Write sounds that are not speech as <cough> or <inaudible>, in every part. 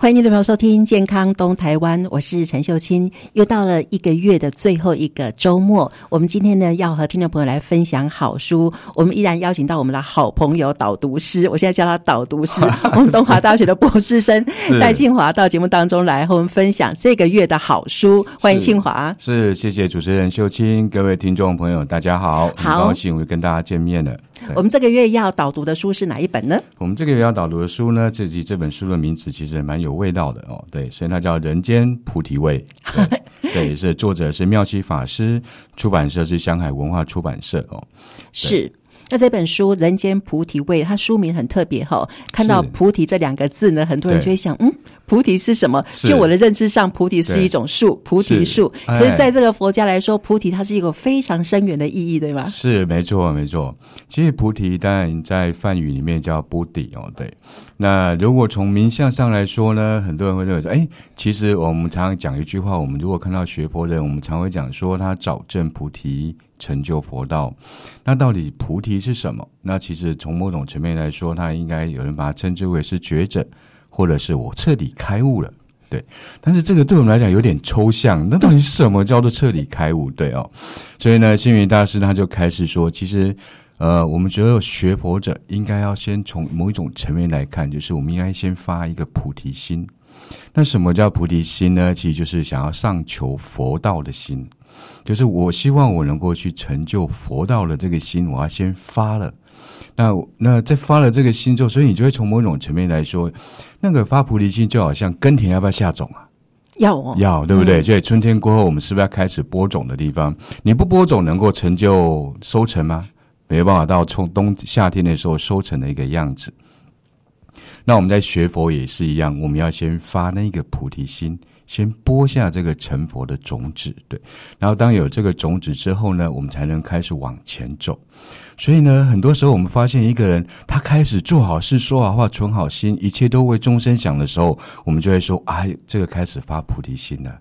欢迎听众朋友收听《健康东台湾》，我是陈秀清。又到了一个月的最后一个周末，我们今天呢要和听众朋友来分享好书。我们依然邀请到我们的好朋友导读师，我现在叫他导读 <laughs> 师，我们东华大学的博士生是戴庆华到节目当中来和我们分享这个月的好书。欢迎是庆华。是，谢谢主持人秀清，各位听众朋友，大家好，很好高兴我又跟大家见面了。对我们这个月要导读的书是哪一本呢？我们这个月要导读的书呢，这集这本书的名字其实蛮有味道的哦，对，所以它叫《人间菩提味》，对，对是作者是妙西法师，出版社是香海文化出版社哦，是。那这本书《人间菩提味》，它书名很特别哈、看到是“菩提”这两个字呢，很多人就会想，嗯，菩提是什么？是就我的认知上，菩提是对一种树，菩提是树。哎可是，在这个佛家来说，菩提它是一个非常深远的意义，对吧？是没错，没错。其实菩提当然在梵语里面叫波底哦，对。那如果从名相上来说呢，很多人会认为说，哎，其实我们常常讲一句话，我们如果看到学佛的人，我们常会讲说他早证菩提。成就佛道，那到底菩提是什么？那其实从某种层面来说，它应该有人把它称之为是觉者，或者是我彻底开悟了，对。但是这个对我们来讲有点抽象，那到底什么叫做彻底开悟？对哦，所以呢，星云大师他就开始说，其实，呃，我们所有学佛者应该要先从某一种层面来看，就是我们应该先发一个菩提心。那什么叫菩提心呢？其实就是想要上求佛道的心，就是我希望我能够去成就佛道的这个心，我要先发了。那那在发了这个心之后，所以你就会从某种层面来说，那个发菩提心就好像耕田要不要下种啊？要哦，要对不对？所以春天过后，我们是不是要开始播种的地方？你不播种，能够成就收成吗？没有办法到从冬夏天的时候收成的一个样子。那我们在学佛也是一样，我们要先发那个菩提心，先播下这个成佛的种子，对。然后当有这个种子之后呢，我们才能开始往前走。所以呢，很多时候我们发现一个人他开始做好事、说好话、存好心，一切都为众生想的时候，我们就会说：“哎，这个开始发菩提心了。”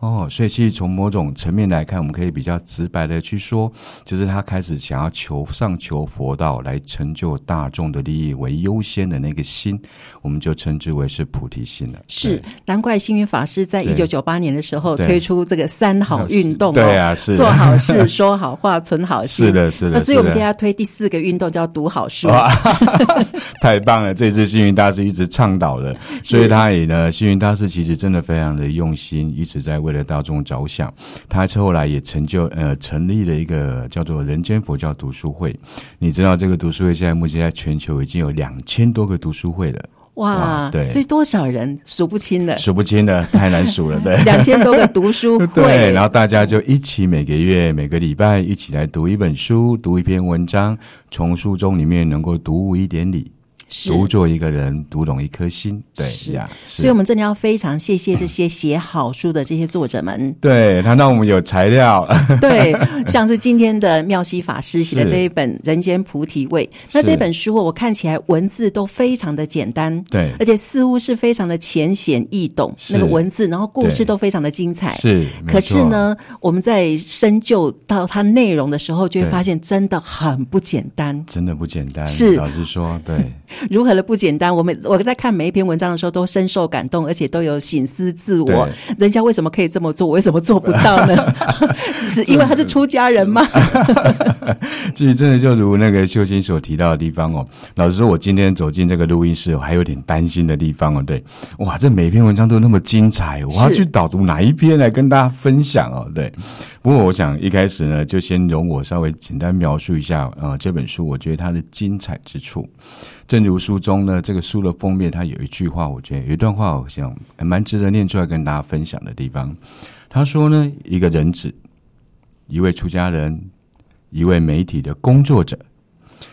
哦，所以其实从某种层面来看，我们可以比较直白的去说，就是他开始想要求上求佛道，来成就大众的利益为优先的那个心，我们就称之为是菩提心了。是难怪星云法师在一对九九八年的时候对推出这个三好运动、哦，对啊是的做好 <laughs> 事、说好话、存好心。是的是的那所以我们是现的在要推第四个运动，叫读好书。 <laughs> 太棒了！这也是星云大师一直倡导的，所以他也呢，星云大师其实真的非常的用心，一直在为了大众着想。他后来也成就呃成立了一个叫做人间佛教读书会。你知道这个读书会现在目前在全球已经有两千多个读书会了，哇，哇对所以多少人数不清了，数不清的，太难数了， <laughs> 对。 <laughs> 两千多个读书会， <laughs> 对，然后大家就一起每个月、每个礼拜一起来读一本书，读一篇文章，从书中里面能够读悟一点理，是读做一个人，读懂一颗心。对是呀，。所以，我们真的要非常谢谢这些写好书的这些作者们 <laughs> 对他让我们有材料， <laughs> 对，像是今天的妙西法师写的是这一本《人间菩提 <laughs> 味》，那是这本书我看起来文字都非常的简单，对而且似乎是非常的浅显易懂，是那个文字，然后故事对都非常的精彩。是。没可是错，呢，我们在深究到它内容的时候，就会对发现真的很不简单。真的不简单。是老实说，对，如何的不简单？我们我在看每一篇文章的时候，都深受感动，而且都有醒思自我。人家为什么可以这么做，我为什么做不到 <laughs> 呢？是因为他是出家人吗？嗯 <laughs> 其实真的就如那个秀清所提到的地方哦。老实说，我今天走进这个录音室，我还有点担心的地方哦。对，哇，这每篇文章都那么精彩，我要是去导读哪一篇来跟大家分享哦。对，不过我想一开始呢，就先容我稍微简单描述一下呃这本书，我觉得它的精彩之处。正如书中呢，这个书的封面它有一句话，我觉得有一段话，我想还蛮值得念出来跟大家分享的地方。他说呢，一个人子，一位出家人，一位媒体的工作者，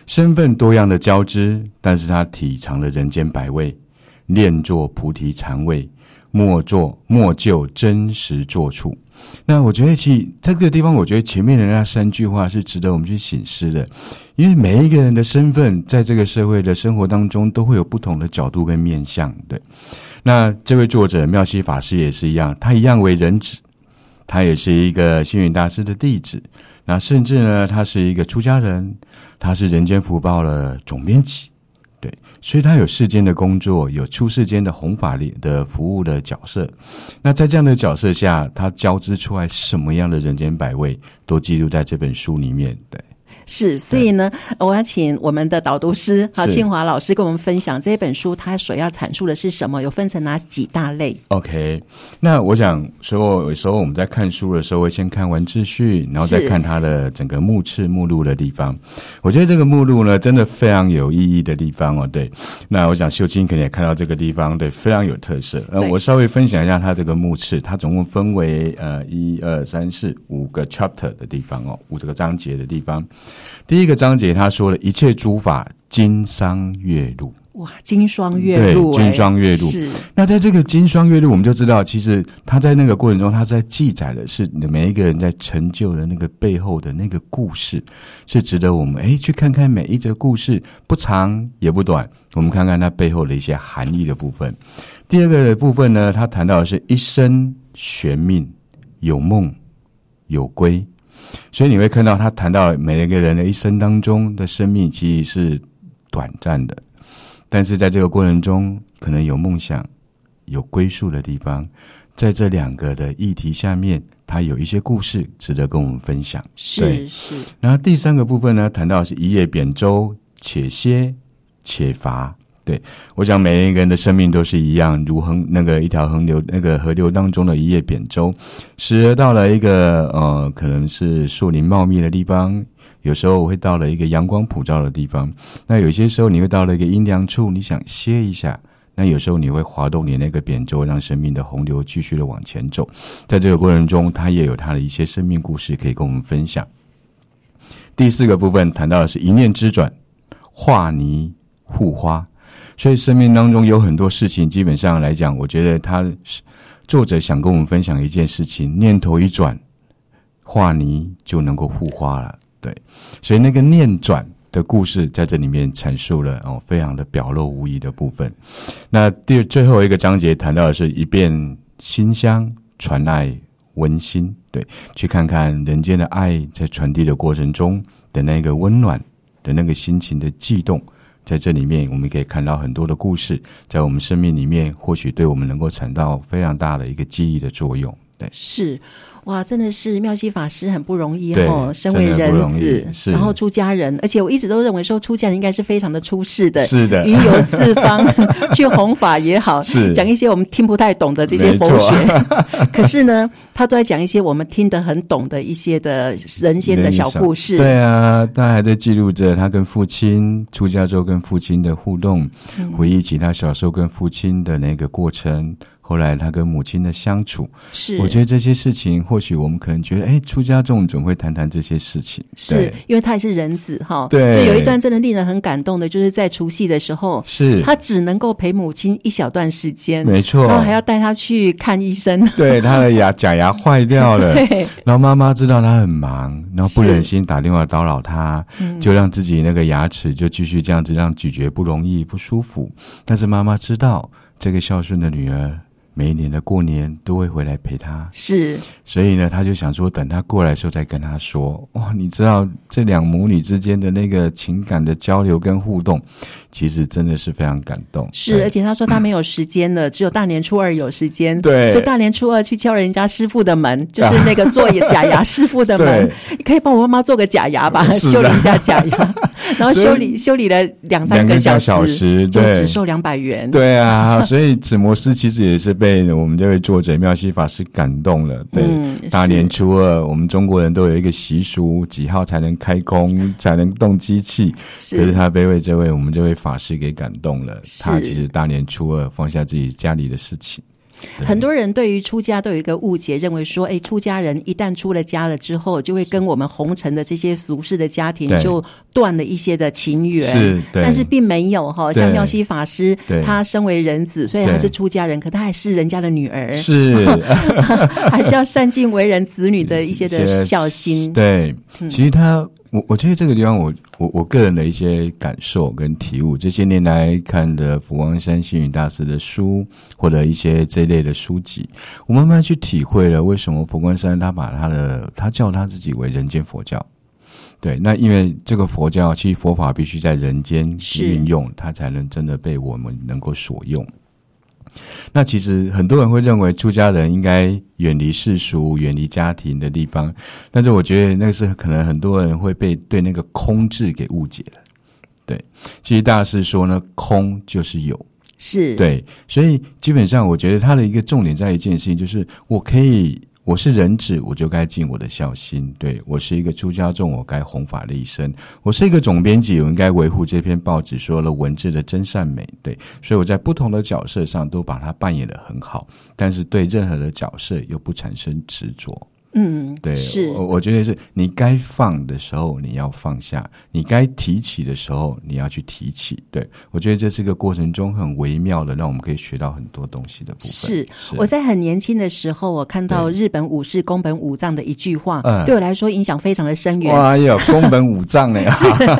身份多样的交织，但是他体尝了人间百味，练作菩提禅味，莫作莫就真实做处。那我觉得其实在这个地方，我觉得前面的那三句话是值得我们去醒思的，因为每一个人的身份在这个社会的生活当中都会有不同的角度跟面向。对，那这位作者妙西法师也是一样，他一样为人子，他也是一个星云大师的弟子，那甚至呢，他是一个出家人，他是人间福报的总编辑。对，所以他有世间的工作，有出世间的弘法力的服务的角色。那在这样的角色下，他交织出来什么样的人间百味，都记录在这本书里面。对。是，所以呢，我要请我们的导读师好嗯是庆华老师跟我们分享这本书它所要阐述的是什么，有分成哪几大类？ OK，那我想说，有时候我们在看书的时候，会先看完秩序，然后再是看它的整个目次目录的地方。我觉得这个目录呢，真的非常有意义的地方哦。对，那我想秀清可能也看到这个地方，对，非常有特色。呃，对我稍微分享一下它这个目次，它总共分为呃一二三四五个 chapter 的地方哦，五这个章节的地方。第一个章节他说了一切诸法经商月录。哇，经霜月露、嗯对哎经霜月露是那在这个金霜月录，我们就知道，其实他在那个过程中，他在记载的是每一个人在成就的那个背后的那个故事，是值得我们诶去看看每一则故事，不长也不短，我们看看它背后的一些含义的部分。第二个部分呢，他谈到的是一生悬命，有梦有归，所以你会看到他谈到每一个人的一生当中的生命其实是短暂的，但是在这个过程中，可能有梦想。有归宿的地方。在这两个的议题下面，它有一些故事值得跟我们分享。是对是，然后第三个部分呢，谈到是一叶扁舟，且歇且伐。对我想，每一个人的生命都是一样，如横那个一条横流那个河流当中的一叶扁舟，时而到了一个呃，可能是树林茂密的地方。有时候我会到了一个阳光普照的地方，那有些时候你会到了一个阴凉处，你想歇一下，那有时候你会滑动你那个扁舟，让生命的洪流继续的往前走。在这个过程中，他也有他的一些生命故事可以跟我们分享。第四个部分谈到的是一念之转，化泥护花。所以生命当中有很多事情，基本上来讲，我觉得他是作者想跟我们分享一件事情：念头一转，化泥就能够护花了。对，所以那个念转的故事在这里面阐述了哦，非常的表露无遗的部分。那第最后一个章节谈到的是一遍馨香传爱温馨，对，去看看人间的爱在传递的过程中的那个温暖的那个心情的悸动。在这里面，我们可以看到很多的故事，在我们生命里面，或许对我们能够产到非常大的一个记忆的作用。对，是，哇，真的是妙西法师很不容易对哦，身真为的不人容易子，是然后出家人，而且我一直都认为说出家人应该是非常的出世的。是 <laughs> 的云，游四方， <laughs> 去弘法也好，是讲一些我们听不太懂的这些没佛错学。 <laughs> 可是呢，他都在讲一些我们听得很懂的一些的人间的小故事。对啊，他还在记录着他跟父亲出家之后跟父亲的互动，嗯回忆起他小时候跟父亲的那个过程，后来他跟母亲的相处。是，我觉得这些事情，或许我们可能觉得，哎，出家众总会谈谈这些事情。是对因为他也是人子哈。对就有一段真的令人很感动的，就是在除夕的时候，是，他只能够陪母亲一小段时间，没错然。后还要带他去看医 <laughs> 生。对他的牙假牙坏掉了，对，然后妈妈知道他很忙，然后不是忍心打电话叨扰他，嗯就让自己那个牙齿就继续这样子，让咀嚼不容易、不舒服。但是妈妈知道这个孝顺的女儿，每一年的过年都会回来陪她，是所以呢，他就想说，等她过来的时候再跟她说。哇，你知道这两母女之间的那个情感的交流跟互动，其实真的是非常感动。哎是，而且他说他没有时间了，只有大年初二有时间。对所以大年初二去敲人家师傅的 <laughs> 门，就是那个做假牙师傅的门对，你可以帮我妈妈做个假牙吧，是的修理一下假 <laughs> 牙，然后修理修理了两三两个小小小时就对只收两百元。对啊，所以紫摩斯其实也是被我们这位作者妙西法师感动了。对，嗯是大年初二，我们中国人都有一个习俗，几号才能开 <laughs> 工，才能动机器。可是是他被为这位我们这位法师给感动了。是他其实大年初二放下自己家里的事情，对很多人对于出家都有一个误解，认为说，哎，出家人一旦出了家了之后，就会跟我们红尘的这些俗世的家庭对就断了一些的情缘。是，对，但是并没有哈，对像妙西法师对，他身为人子，虽然对他是出家人，可他还是人家的女儿，是 <laughs> 还是要善尽为人子女的一些 <laughs> 一的些孝心。对，嗯其实他，我我觉得这个地方我，我我个人的一些感受跟体悟，这些年来看的福光山星云大师的书，或者一些这类的书籍，我慢慢去体会了为什么佛光山他把他的他叫他自己为人间佛教。对，那因为这个佛教，其实佛法必须在人间是去运用，它才能真的被我们能够所用。那其实很多人会认为出家人应该远离世俗、远离家庭的地方，但是我觉得那个是可能很多人会被对那个空字给误解了。对，其实大师说呢，空就是有，是，，对，所以基本上我觉得他的一个重点在一件事情，就是我可以，我是人子，我就该尽我的孝心；对我是一个出家众，我该弘法利生；我是一个总编辑，我应该维护这篇报纸说了文字的真善美。对，所以我在不同的角色上都把它扮演的很好，但是对任何的角色又不产生执着。嗯，对，哦是，我我觉得是你该放的时候你要放下，你该提起的时候你要去提起。对我觉得这是个过程中很微妙的，让我们可以学到很多东西的部分。是，我在很年轻的时候，我看到日本武士宫本武藏的一句话，嗯对我来说影响非常的深远。哇呀，宫本武藏呢？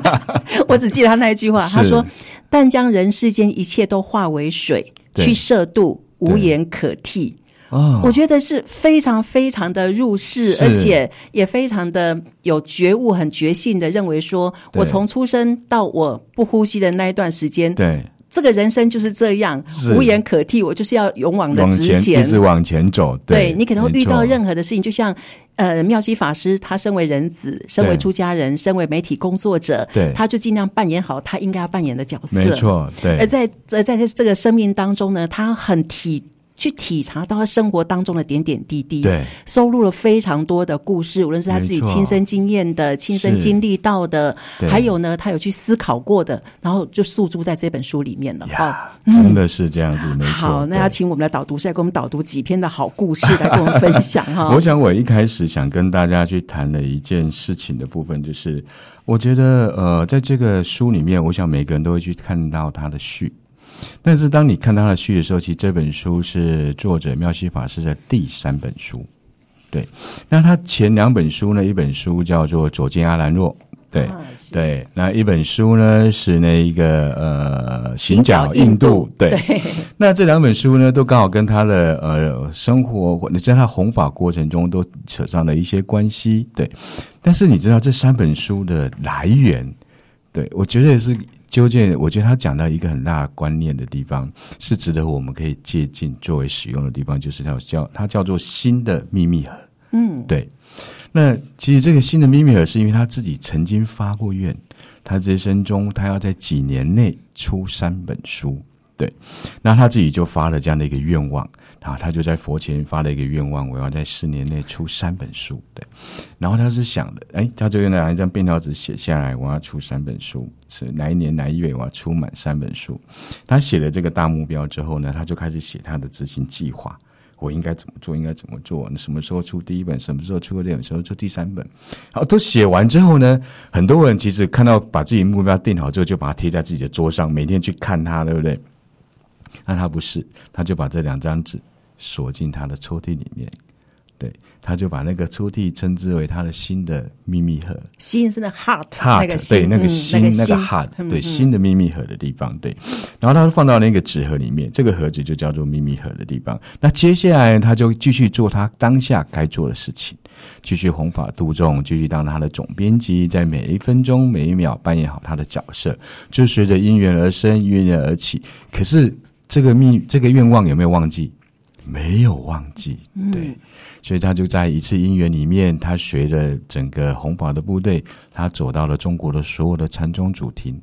<laughs> 我只记得他那一句话，是他说：“但将人世间一切都化为水，对去涉度，对无言可替。”哦我觉得是非常非常的入世，是而且也非常的有觉悟、很觉性的认为说，对我从出生到我不呼吸的那一段时间，对，这个人生就是这样，是无言可替，我就是要勇往的往直前一直往前走。对你可能会遇到何任何的事情，就像呃，妙西法师他身为人子，身为对出家人，身为媒体工作者，对他就尽量扮演好他应该要扮演的角色。没错，对而，在而在这个生命当中呢，他很体去体察到他生活当中的点点滴滴，对，收录了非常多的故事，无论是他自己没错亲身经验的、亲身是经历到的，对还有呢，他有去思考过的，然后就诉诸在这本书里面了。哦，呀，真的是这样子，没错。好，那对要请我们的导读师来给我们导读几篇的好故事，来跟我们分享 <laughs> 哈。我想我一开始想跟大家去谈的一件事情的部分，就是我觉得呃，在这个书里面，我想每个人都会去看到它的序。但是当你看到它的序的时候，其实这本书是作者妙西法师的第三本书。对，那他前两本书呢，一本书叫做《左见阿兰若》，对、啊是对，那一本书呢是那一个呃《行脚印印度度》，对，那这两本书呢，都刚好跟他的呃生活，或者在他弘法过程中都扯上了一些关系。对，但是你知道这三本书的来源？对我觉得是究竟，我觉得他讲到一个很大的观念的地方，是值得我们可以借鉴作为使用的地方，就是它有叫它叫做新的秘密盒。嗯，对。那其实这个新的秘密盒是因为他自己曾经发过愿，他这一生中他要在几年内出三本书。那他自己就发了这样的一个愿望，然后他就在佛前发了一个愿望，我要在四年内出三本书，对。然后他是想的，哎，他就用那一张便条纸写下来，我要出三本书，是哪一年哪一月我要出满三本书。他写了这个大目标之后呢，他就开始写他的执行计划。我应该怎么做？应该怎么做？什么时候出第一本？什么时候出第二本？什么时候出第三本？好，都写完之后呢，很多人其实看到把自己目标定好之后，就把它贴在自己的桌上，每天去看它，对不对？那他不是，他就把这两张纸锁进他的抽屉里面，对，他就把那个抽屉称之为他的新的秘密盒心是那 heart， ，heart，那个心，对，那个嗯心，那那心个 heart，对，新嗯的秘密盒的地方，对。然后他就放到那个纸盒里面，这个盒子就叫做秘密盒的地方。那接下来他就继续做他当下该做的事情，继续弘法度众，继续当他的总编辑，在每一分钟每一秒扮演好他的角色，就随着因缘而生，因缘而起。可是这个秘这个愿望有没有忘记？没有忘记，对，所以他就在一次因缘里面，他随着整个红法的部队，他走到了中国的所有的禅宗主庭，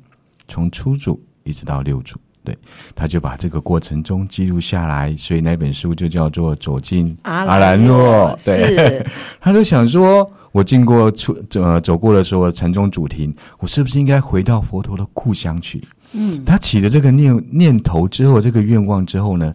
从初祖一直到六祖，对，他就把这个过程中记录下来，所以那本书就叫做《走进阿兰若》，对，是，他就想说，我经过出呃走过了所有的禅宗主庭，我是不是应该回到佛陀的故乡去？嗯，他起了这个念念头之后，这个愿望之后呢，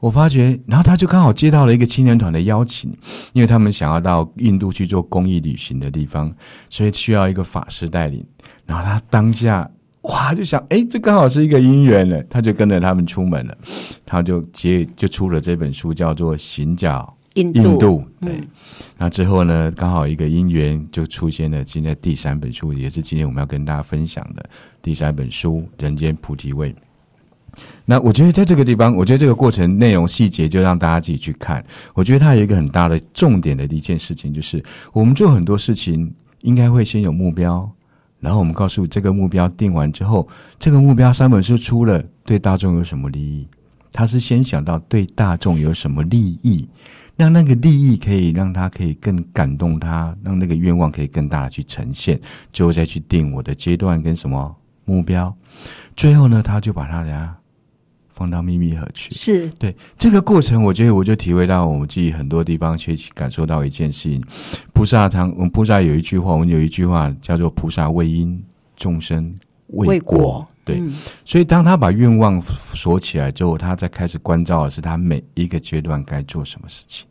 我发觉，然后他就刚好接到了一个青年团的邀请，因为他们想要到印度去做公益旅行的地方，所以需要一个法师带领。然后他当下哇就想，哎，这刚好是一个姻缘了，他就跟着他们出门了，他就接就出了这本书，叫做《行脚印嗯印度，对。那之后呢，刚好一个因缘就出现了今天的第三本书，也是今天我们要跟大家分享的第三本书《人间菩提味》。那我觉得在这个地方，我觉得这个过程内容细节就让大家自己去看。我觉得它有一个很大的重点的一件事情，就是我们做很多事情，应该会先有目标，然后我们告诉这个目标定完之后，这个目标三本书出了，对大众有什么利益？他是先想到对大众有什么利益，让那个利益可以让他可以更感动他，让那个愿望可以更大的去呈现，最后再去定我的阶段跟什么目标。最后呢，他就把它俩放到秘密盒去。是对这个过程，我觉得我就体会到我们自己很多地方学习感受到一件事情。菩萨常，我们菩萨有一句话，我们有一句话叫做“菩萨为因，众生为为果”果对，嗯所以当他把愿望锁起来之后，他再开始关照的是他每一个阶段该做什么事情，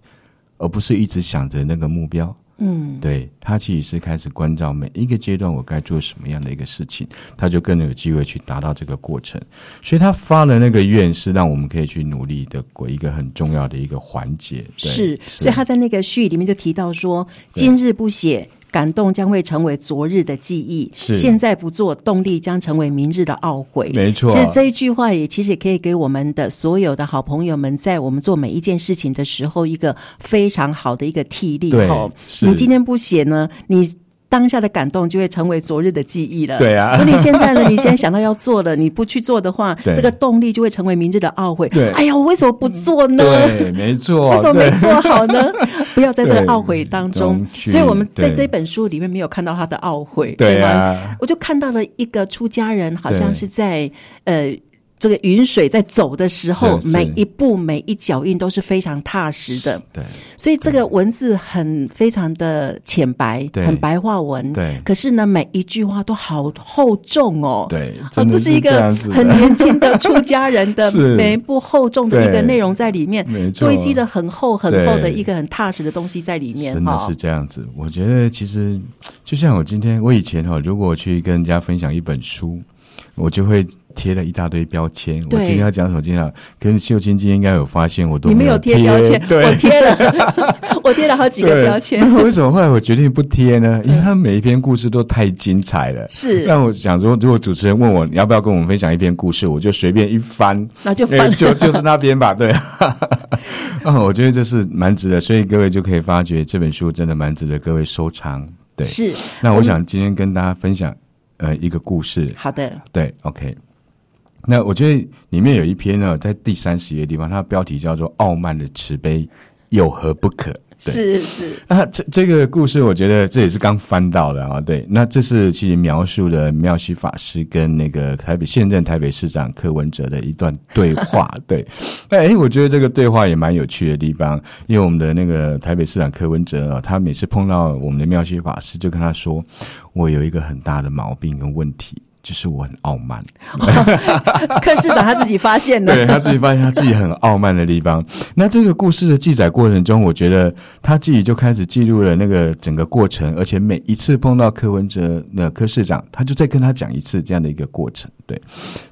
而不是一直想着那个目标。嗯，对他其实是开始关照每一个阶段我该做什么样的一个事情，他就更有机会去达到这个过程。所以他发的那个愿是让我们可以去努力的一个很重要的一个环节。对是，所以他在那个序里面就提到说，对今日不写。感动将会成为昨日的记忆，是现在不做，动力将成为明日的懊悔。没错，其实这一句话也其实也可以给我们的所有的好朋友们，在我们做每一件事情的时候，一个非常好的一个替力对哦。是你今天不写呢，你当下的感动就会成为昨日的记忆了。。对啊可，你现 <laughs> 在呢？你现在想到要做了，你不去做的话，对这个动力就会成为明日的懊悔。对哎呀，我为什么不做呢？对，没错，为什么没啊对做好呢？ <laughs> 不要在这个懊悔当中对。去所以我们在对这本书里面没有看到他的懊悔，对吗？啊，我就看到了一个出家人，好像对是在呃。这个云水在走的时候，是是每一步每一脚印都是非常踏实的，对所以这个文字很非常的浅白，对很白话文。对可是呢，每一句话都好厚重哦。对，哦，真的是一这个样子的很年轻的出家人 <laughs> 的是每一部厚重的一个对内容在里面没，错堆积的很厚很厚的对一个很踏实的东西在里面哦真的哈是。这样子。我觉得其实就像我今天，我以前哈、如果我去跟人家分享一本书，我就会贴了一大堆标签。我对今天要讲什么？今天要，可是秀清今天应该有发现，我都你没有有贴标签，对我贴了， <laughs> 我贴了好几个对标签。嗯那为什么后来我决定不贴呢？因为他每一篇故事都太精彩了。是那我想说，如果主持人问我你要不要跟我们分享一篇故事，我就随便一翻，那就哎翻了。就就是那边吧，对。 <laughs> 啊，我觉得这是蛮值得，所以各位就可以发觉这本书真的蛮值得各位收藏。对，是那我想今天跟大家分享呃一个故事，好的，对，OK。那我觉得里面有一篇呢，在第三十页的地方，它的标题叫做《傲慢的慈悲有何不可》。对。是是啊，这这个故事，我觉得这也是刚翻到的啊。对，那这是其实描述了妙西法师跟那个台北现任台北市长柯文哲的一段对话。对，那诶，我觉得这个对话也蛮有趣的地方，因为我们的那个台北市长柯文哲啊，他每次碰到我们的妙西法师，就跟他说：“我有一个很大的毛病跟问题，就是我很傲慢。”柯市长他自己发现对的，他自己发现他自己很傲慢的地方。那这个故事的记载过程中，我觉得他自己就开始记录了那个整个过程，而且每一次碰到柯文哲、那柯市长，呃他就再跟他讲一次这样的一个过程。对，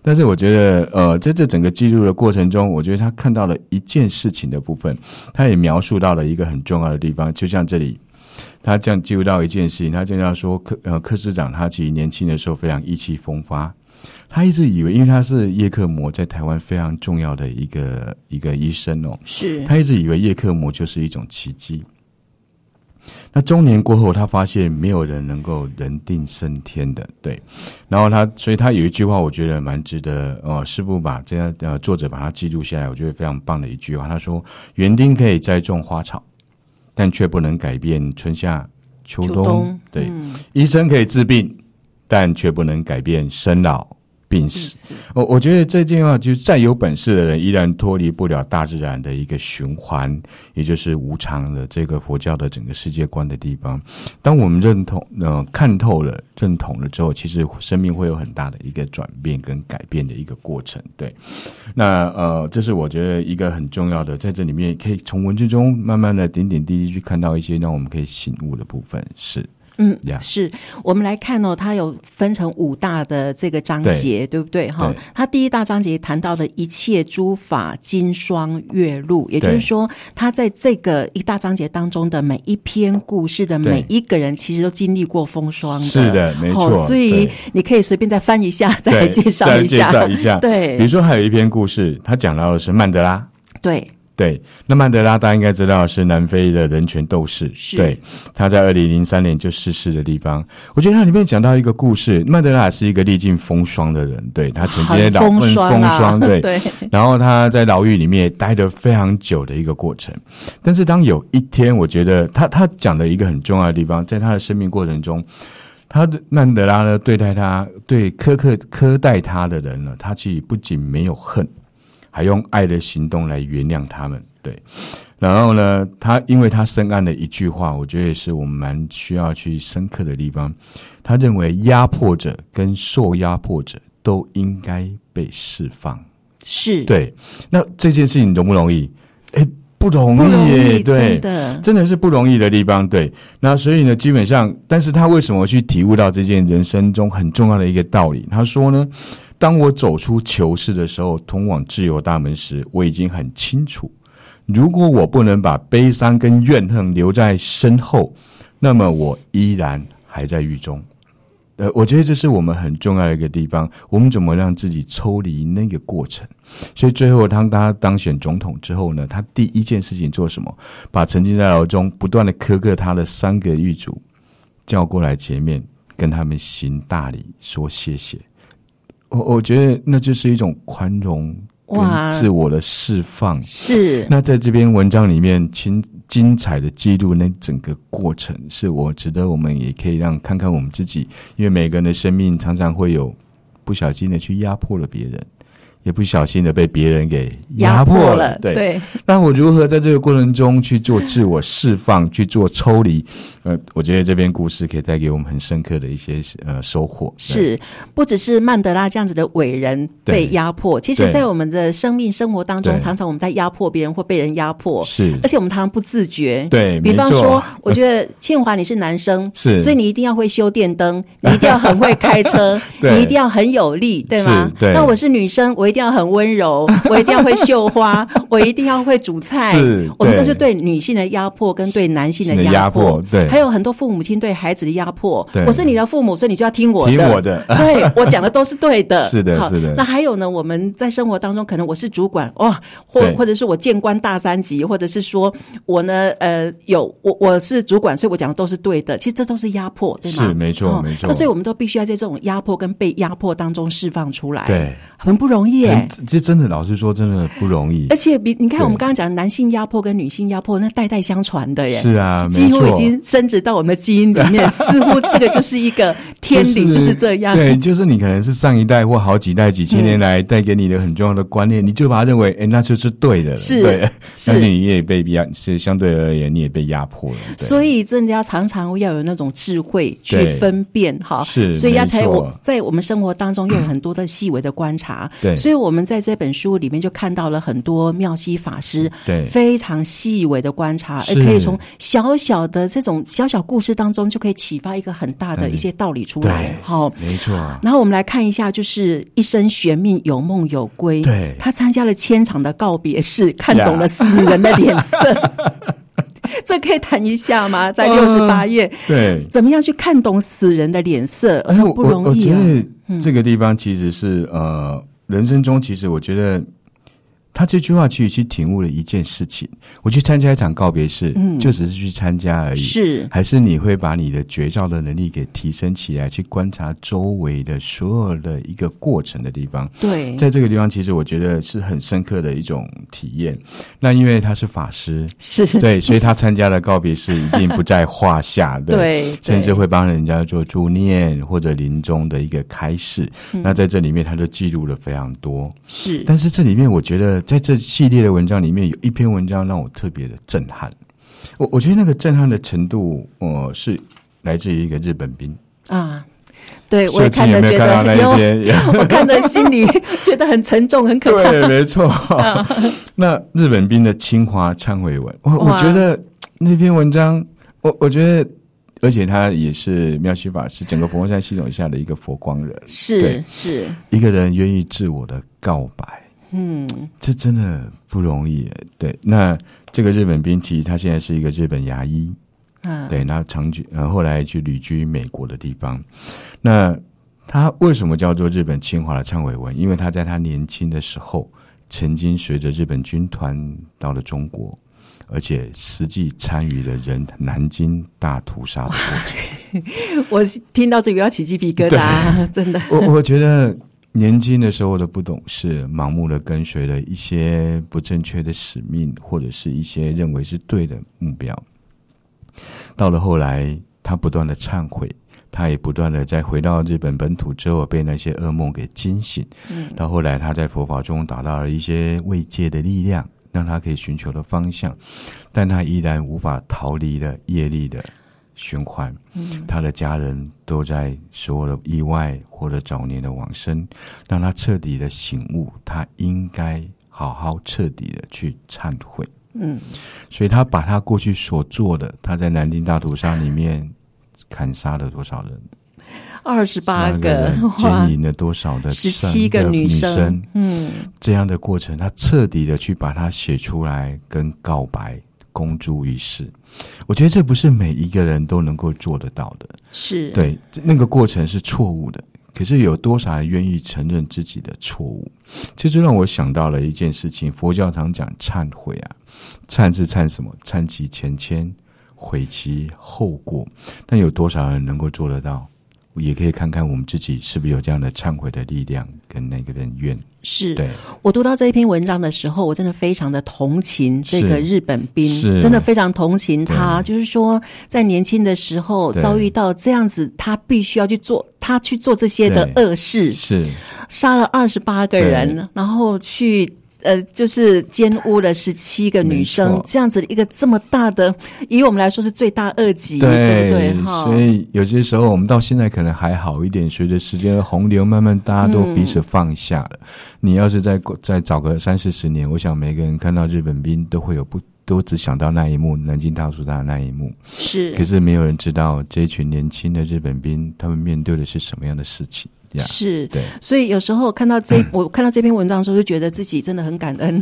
但是我觉得，呃，在这整个记录的过程中，我觉得他看到了一件事情的部分，他也描述到了一个很重要的地方，就像这里。他这样记录到一件事情，他经常说柯呃柯市长他其实年轻的时候非常意气风发，他一直以为，因为他是叶克膜在台湾非常重要的一个一个医生哦，是他一直以为叶克膜就是一种奇迹。那中年过后，他发现没有人能够人定胜天的，对。然后他，所以他有一句话，我觉得蛮值得呃，师傅把这样呃作者把它记录下来，我觉得非常棒的一句话。他说：“园丁可以栽种花草，但却不能改变春夏秋冬。秋冬对，嗯医生可以治病，但却不能改变生老病意死。思我我觉得这句话就是再有本事的人，依然脱离不了大自然的一个循环，也就是无常的这个佛教的整个世界观的地方。当我们认同、呃看透了、认同了之后，其实生命会有很大的一个转变跟改变的一个过程。对，那呃，这是我觉得一个很重要的，在这里面可以从文字中慢慢的点点滴滴去看到一些让我们可以醒悟的部分。是，嗯 Yeah 是我们来看哦，它有分成五大的这个章节，对不对？哈对，它第一大章节谈到了一切诸法金霜月露，也就是对说，他在这个一大章节当中的每一篇故事的对每一个人，其实都经历过风霜的，是的没错哦所以对你可以随便再翻一下，再来对介绍再一介下，绍一下。比如对说还有一篇故事，他讲到的是曼德拉。对，对，那曼德拉大家应该知道是南非的人权斗士，是对，他在二零零三年就逝世的地方。我觉得它里面讲到一个故事，曼德拉也是一个历尽风霜的人，对他曾经在很牢风很霜啊，，对然后他在牢狱里面也待得非常久的一个过程。但是当有一天，我觉得他他讲的一个很重要的地方，在他的生命过程中，他的曼德拉呢对待他对苛刻苛待他的人呢，他其实不仅没有恨，还用爱的行动来原谅他们。对。然后呢，他因为他深谙的一句话，我觉得也是我们蛮需要去深刻的地方。他认为压迫者跟受压迫者都应该被释放。是，对，那这件事情容不容易？哎，不容不容易耶，易，真对。的，真的是不容易的地方，对。那所以呢，基本上，但是他为什么去体悟到这件人生中很重要的一个道理？他说呢，当我走出囚室的时候，通往自由大门时，我已经很清楚，如果我不能把悲伤跟怨恨留在身后，那么我依然还在狱中。呃，我觉得这是我们很重要的一个地方，我们怎么让自己抽离那个过程？所以最后，当他当选总统之后呢，他第一件事情做什么？把沉浸在牢中不断的苛刻他的三个狱卒叫过来前面，跟他们行大礼，说谢谢。我我觉得那就是一种宽容跟哇，自我的释放。是那在这篇文章里面，精精彩的记录那整个过程，是我值得我们也可以让看看我们自己，因为每个人的生命常常会有不小心的去压迫了别人，也不小心的被别人给压迫了。对，对，那我如何在这个过程中去做自我释放，去做抽离？呃，我觉得这篇故事可以带给我们很深刻的一些呃收获。对是，不只是曼德拉这样子的伟人被对压迫，其实，对在我们的生命生活当中，对常常我们在压迫别人或被人压迫，是而，且我们常常不自觉。对，比没方错说，我觉得庆华你是男生， <laughs> 是所以你一定要会修电灯，你一定要很会开车， <laughs> 对你一定要很有力，对吗是？对那我是女生，我一定要很温 <laughs> 柔，我一定要会绣花，我一定要会煮菜是。我们这对是对女性的压迫跟对男性的是的压压迫对还有很多父母亲对孩子的压迫对。我是你的父母，所以你就要听我的，听我的对我讲的都是对的， <laughs> 是的好是的那还有呢，我们在生活当中，可能我是主管哇，或对或者是我见官大三级，或者是说我呢，呃，有我我是主管，所以我讲的都是对的。其实这都是压迫，对吗？是没错哦没错那所以我们都必须要在这种压迫跟被压迫当中释放出来，，对，很不容易耶很。这真的老实说，真的不容易而。且比你看对我们刚刚讲的男性压迫跟女性压迫，那代代相传的耶。是啊，几没乎错已。经升值到我们的基因里 <laughs> 面，似乎这个就是一个天理，就是这样。对，就是你可能是上一代或好几代、几千年来带给你的很重要的观念，你就把它认为，哎，那就是对的了。是对，是那你也被压，是相对而言你也被压迫了。对所以真的要常常要有那种智慧去对分辨哈，是所以要才没错我在我们生活当中又有很多的细微的观察，嗯对所以我们在这本书里面就看到了很多妙西法师嗯对非常细微的观察，而是可以从小小的这种小小故事当中就可以启发一个很大的对一些道理出来，对好。没错，啊然后我们来看一下，就是一生悬命，有梦有归。对他参加了千场的告别式，看懂了死人的脸 <laughs> 色。这可以谈一下吗？在六十八页，对。怎么样去看懂死人的脸色？而哎且我不容易啊我。我觉得这个地方其实是、呃，人生中其实我觉得他这句话其实去体悟了一件事情。我去参加一场告别式，嗯就只是去参加而 <laughs> 已。是还是你会把你的绝招的能力给提升起来，去观察周围的所有的一个过程的地方。对，，在这个地方，其实我觉得是很深刻的一种体验。那因为他是法师是，对，所以他参加的告别式一定不在话下，对。对，甚至对会帮人家做助念或者临终的一个开示。那在这里面，他就记录了非常多。是但是这里面，我觉得在这系列的文章里面，有一篇文章让我特别的震撼。我我觉得那个震撼的程度，呃，是来自于一个日本兵。啊。对，我秀也清看有着没觉有看到得那一有，篇？ <laughs> 我看着心里 <laughs> 觉得很沉重，很可怕。嗯对，没错。 <laughs> 那日本兵的清华忏悔文，我我哇觉得那篇文章，我我觉得，而且他也是妙西法师整个佛光山系统下的一个佛光人。是对是，一个人愿意自我的告白，嗯，这真的不容易耶。对，那这个日本兵其实他现在是一个日本牙医，啊，对，那长居呃后来去旅居美国的地方。那他为什么叫做日本清华的忏悔文？因为他在他年轻的时候曾经随着日本军团到了中国，而且实际参与了人南京大屠杀的过程。我听到这个要起鸡皮疙瘩， <laughs> 真的。我我觉得年轻的时候的不懂事，盲目的跟随了一些不正确的使命，或者是一些认为是对的目标。到了后来，他不断的忏悔，他也不断的在回到日本本土之后，被那些噩梦给惊醒。到后来，他在佛法中达到了一些慰藉的力量，让他可以寻求的方向，但他依然无法逃离了业力的循环。他的家人都在所有的意外或者早年的往生，让他彻底的醒悟，他应该好好彻底的去忏悔。嗯，所以他把他过去所做的，他在南京大屠杀里面砍杀了多少人？二十八12个人，哇奸，淫了多少的17个的女女生生？嗯，这样的过程，他彻底的去把它写出来，跟告白公诸于世。我觉得这不是每一个人都能够做得到的。是，，对，这那个过程是错误的。可是有多少人愿意承认自己的错误？这就让我想到了一件事情：佛教常讲忏悔啊，忏是忏什么？忏其前愆，悔其后过。但有多少人能够做得到？也可以看看我们自己是不是有这样的忏悔的力量跟那个人愿。是。对，我读到这一篇文章的时候，我真的非常的同情这个日本兵，是真的非常同情他。就是说，在年轻的时候对遭遇到这样子，他必须要去做，他去做这些的对恶事，是杀了二十八个人对，然后去。呃，就是奸污了十七个女没生错，这样子一个这么大的，以我们来说是罪大恶极，对对不对？哈，所以有些时候我们到现在可能还好一点，随着时间的洪流，慢慢大家都彼此放下了。嗯你要是再过再找个三四十年，我想每个人看到日本兵都会有不都只想到那一幕南京大屠杀的那一幕，是可是没有人知道这一群年轻的日本兵他们面对的是什么样的事 <laughs> 情呀。是，对，嗯所以有时候看到这、我看到这篇文章的时候，就觉得自己真的很感恩，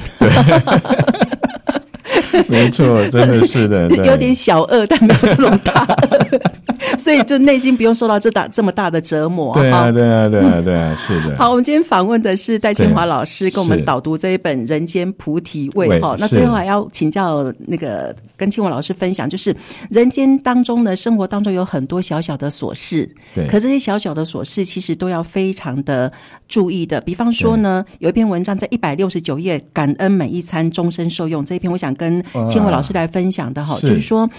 没错，真的 <laughs> 是的，对有点小恶，但没有这种大恶， <laughs> 所以就内心不用受到这大这么大的折磨对哈啊，对啊，对 <laughs> 啊，对啊，是的。好，我们今天访问的是戴清华老师，跟我们是导读这一本《人间菩提味》味哈。那是最后还要请教那个跟清华老师分享，就是人间当中呢，生活当中有很多小小的琐事，对可这些小小的琐事其实都要非常的注意的。比方说呢，有一篇文章在一百六十九页，《感恩每一餐，终身受用》这一篇，我想跟清华老师来分享的哈，是就是说。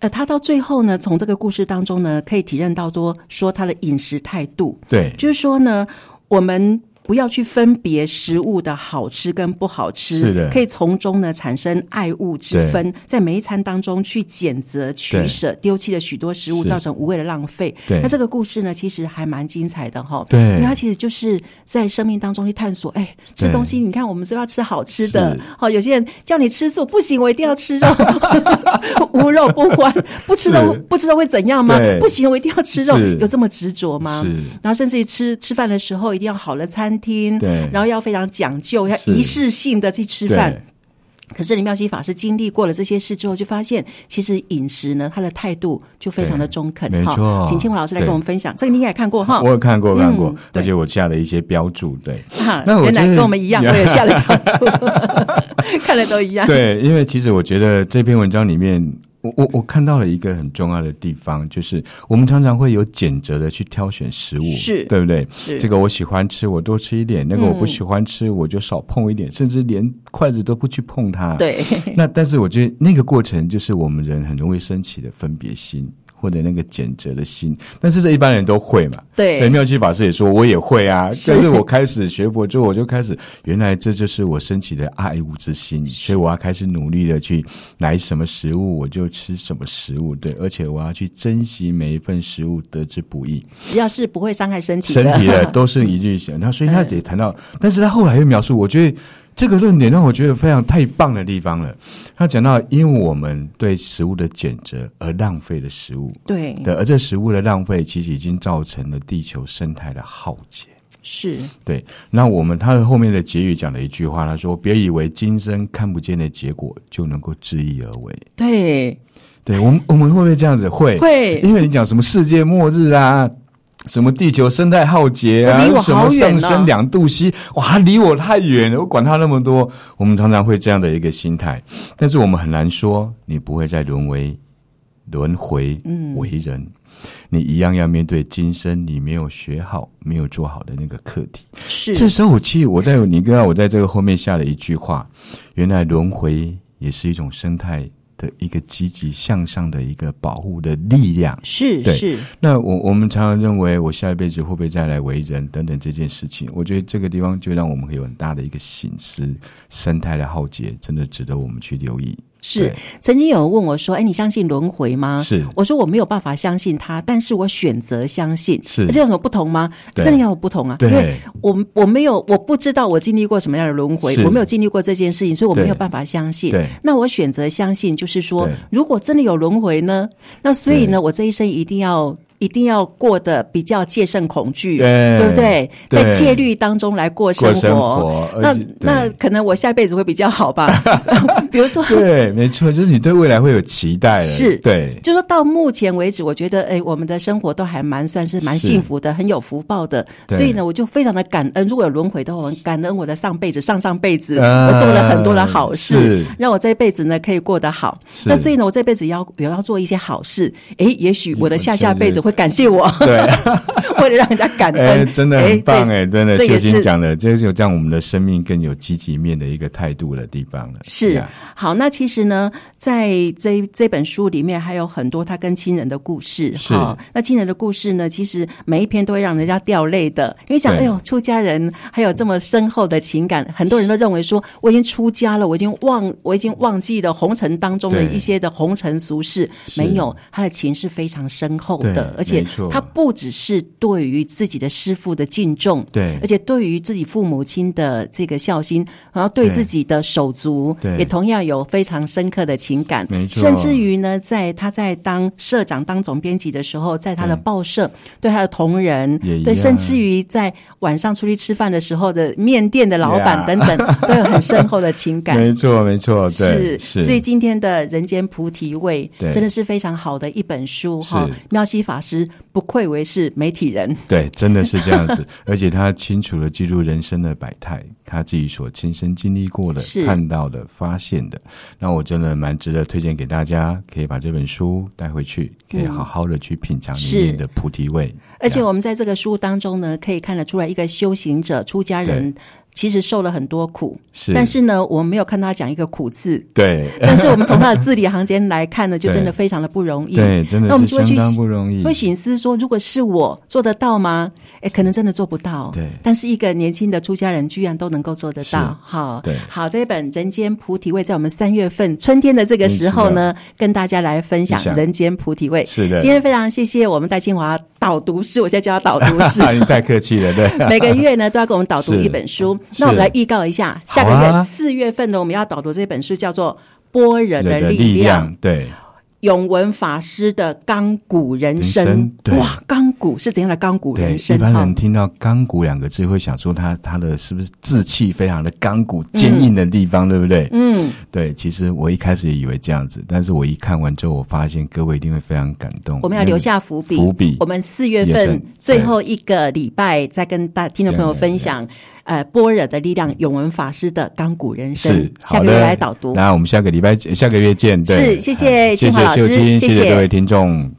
呃，他到最后呢，从这个故事当中呢，可以体认到多说他的饮食态度，对，就是说呢，我们不要去分别食物的好吃跟不好吃，是的可以从中呢产生爱恶之分，在每一餐当中去拣择、取舍，丢弃了许多食物，是造成无谓的浪费。对那这个故事呢，其实还蛮精彩的哈。对因为它其实就是在生命当中去探索，哎，吃对东西，你看我们说要吃好吃的是，好、有些人叫你吃素，不行，我一定要吃 <laughs> 肉，无肉不欢，不吃肉是不吃肉会怎样吗对？不行，我一定要吃肉，是有这么执着吗？是然后甚至于吃吃饭的时候一定要好的餐厅，对然后要非常讲究，要是仪式性的去吃对饭。，可是林妙熙法师经历过了这些事之后，就发现其实饮食呢，他的态度就非常的中肯。对没哈错请清华老师来对跟我们分享，这个你也看过哈我。有看过，看过嗯，对而且我下了一些标注，对。啊那我原来觉得跟我们一 <laughs> 样，我也下了感触，看了都一 <laughs> 样。对，因为其实我觉得这篇文章里面，我我我看到了一个很重要的地方，就是我们常常会有拣择的去挑选食物，是对不对？ <laughs> 是这个我喜欢吃，我多吃一点；那个我不嗯喜欢吃，我就少碰一点，甚至连筷子都不去碰它。。对，那但是我觉得那个过程就是我们人很容易升起的分别心。或者那个拣择的心，但是这一般人都会嘛？对妙气法师也说我也会啊，是但是我开始学佛之后，我就开始原来这就是我升起的爱物之心，所以我要开始努力的去来什么食物我就吃什么食物，对，而且我要去珍惜每一份食物，得之不易。只要是不会伤害身体身体的都是一律性。然后，所以他也 <laughs> 谈到，但是他后来又描述，我觉得这个论点让我觉得非常太棒的地方了。他讲到，因为我们对食物的拣择而浪费了食物，对，对，而这食物的浪费其实已经造成了地球生态的浩劫。是对，那我们他的后面的结语讲了一句话，他说：“别以为今生看不见的结果就能够知易而为。对， <laughs> 对”我们我们会不会这样子？会会因为你讲什么世界末日啊，什么地球生态浩劫啊离我，好什么上远啊升两度 C，哇，它离我太远了，我管它那么多。我们常常会这样的一个心态，但是我们很难说你不会再沦为轮回嗯为人。你一样要面对今生你没有学好、没有做好的那个课题。是这时候，我其实我在你跟我在这个后面下了一句话，原来轮回也是一种生态的一个积极向上的一个保护的力量。是对是，那我我们常常认为，我下一辈子会不会再来为人等等这件事情，我觉得这个地方就让我们有很大的一个醒思，生态的浩劫真的值得我们去留意。是，曾经有人问我说：“哎，你相信轮回吗对，？”是我说我没有办法相信它，但是我选择相信。是这有什么不同吗？对真的要有不同啊！因为对我我没有，我不知道我经历过什么样的轮回，是我没有经历过这件事情，所以我没有对办法相信。对那我选择相信，就是说对，如果真的有轮回呢？那所以呢，我这一生一定要。一定要过得比较戒慎恐惧，对不对？对在戒律当中来过生过生活，那而且那对可能我下辈子会比较好 <laughs> 吧。比如说，对，没错，就是你对未来会有期待了，是对，就说到目前为止，我觉得哎，我们的生活都还蛮算是蛮是幸福的，很有福报的。对所以呢，我就非常的感恩。如果有轮回的话，我很感恩我的上辈子、上上辈子，啊我做了很多的好事是，让我这一辈子呢可以过得好。是那所以呢，我这辈子要也要做一些好事。哎，也许我的下下辈子会感谢我， <laughs> 对。为了让人家感哎，恩，真的很棒这哎，真的，这也秀是琴讲的，这就让我们的生命更有积极面的一个态度的地方了。是呀好，那其实呢，在这这本书里面还有很多他跟亲人的故事。是好那亲人的故事呢，其实每一篇都会让人家掉泪的，因为想，对哎呦，出家人还有这么深厚的情感，很多人都认为说，我已经出家了，我已经忘，我已经忘记了红尘当中的对一些的红尘俗世，没有，他的情是非常深厚对的，而且没错他不只是对于自己的师父的敬重，对而且对于自己父母亲的这个孝心，然后对对自己的手足对也同样有非常深刻的情感没，错甚至于呢，在他在当社长、当总编辑的时候，在他的对报社对他的同仁也，一对，样甚至于在晚上出去吃饭的时候的面店的老板 Yeah 等 <laughs> 等，都有很深厚的情感。没错，没错，是，对，是，所以今天的《人间菩提味》对真的是非常好的一本书哈是。妙西法师不愧为是媒体人，对，真的是这样子， <laughs> 而且他清楚的记录人生的百态，他自己所亲身经历过的是、看到的、发现的。那我真的蛮值得推荐给大家，可以把这本书带回去，嗯可以好好的去品尝里是面的菩提味。而且我们在这个书当中呢，可以看得出来，一个修行者、出家人其实受了很多苦，是，但是呢，我们没有看到他讲一个苦字， <laughs> 对但是我们从他的字里行间来看呢，就 <laughs> 对真的非常的不容易。对，真那我的们是就会相去当不容易。会醒思说，如果是我做得到吗？哎，可能真的做不到。对但是一个年轻的出家人居然都能够做得到，好，对好，这本《人间菩提味》在我们三月份春天的这个时候呢，跟大家来分享分《享人间菩提味》。是的。今天非常谢谢我们戴清华导读师，我现在叫他导读师 <laughs> 你太客气了，对。 <laughs> 每个月呢都要给我们导读一本书，是那我们来预告一下，好下个啊月四、月份呢，我们要导读这本书，叫做《般若人的的力力量》。量，对，永文法师的钢骨人人生生，对哇，钢骨是怎样的钢骨对，人一生般啊人？听到“钢骨”两个字，会想说他他的是不是志气非常的钢骨、坚硬的地方，对不对？嗯，对，其实我一开始也以为这样子，但是我一看完之后，我发现各位一定会非常感动。我们要留下伏笔。伏笔我们四月也份是最后一个礼拜再跟大听众朋友分享，呃，般若的力量，永文法师的钢骨人生嗯是。下好个的，月来导读，那我们下个礼拜下个月见。对是谢谢好清华老谢谢师秀清谢谢谢各位听众。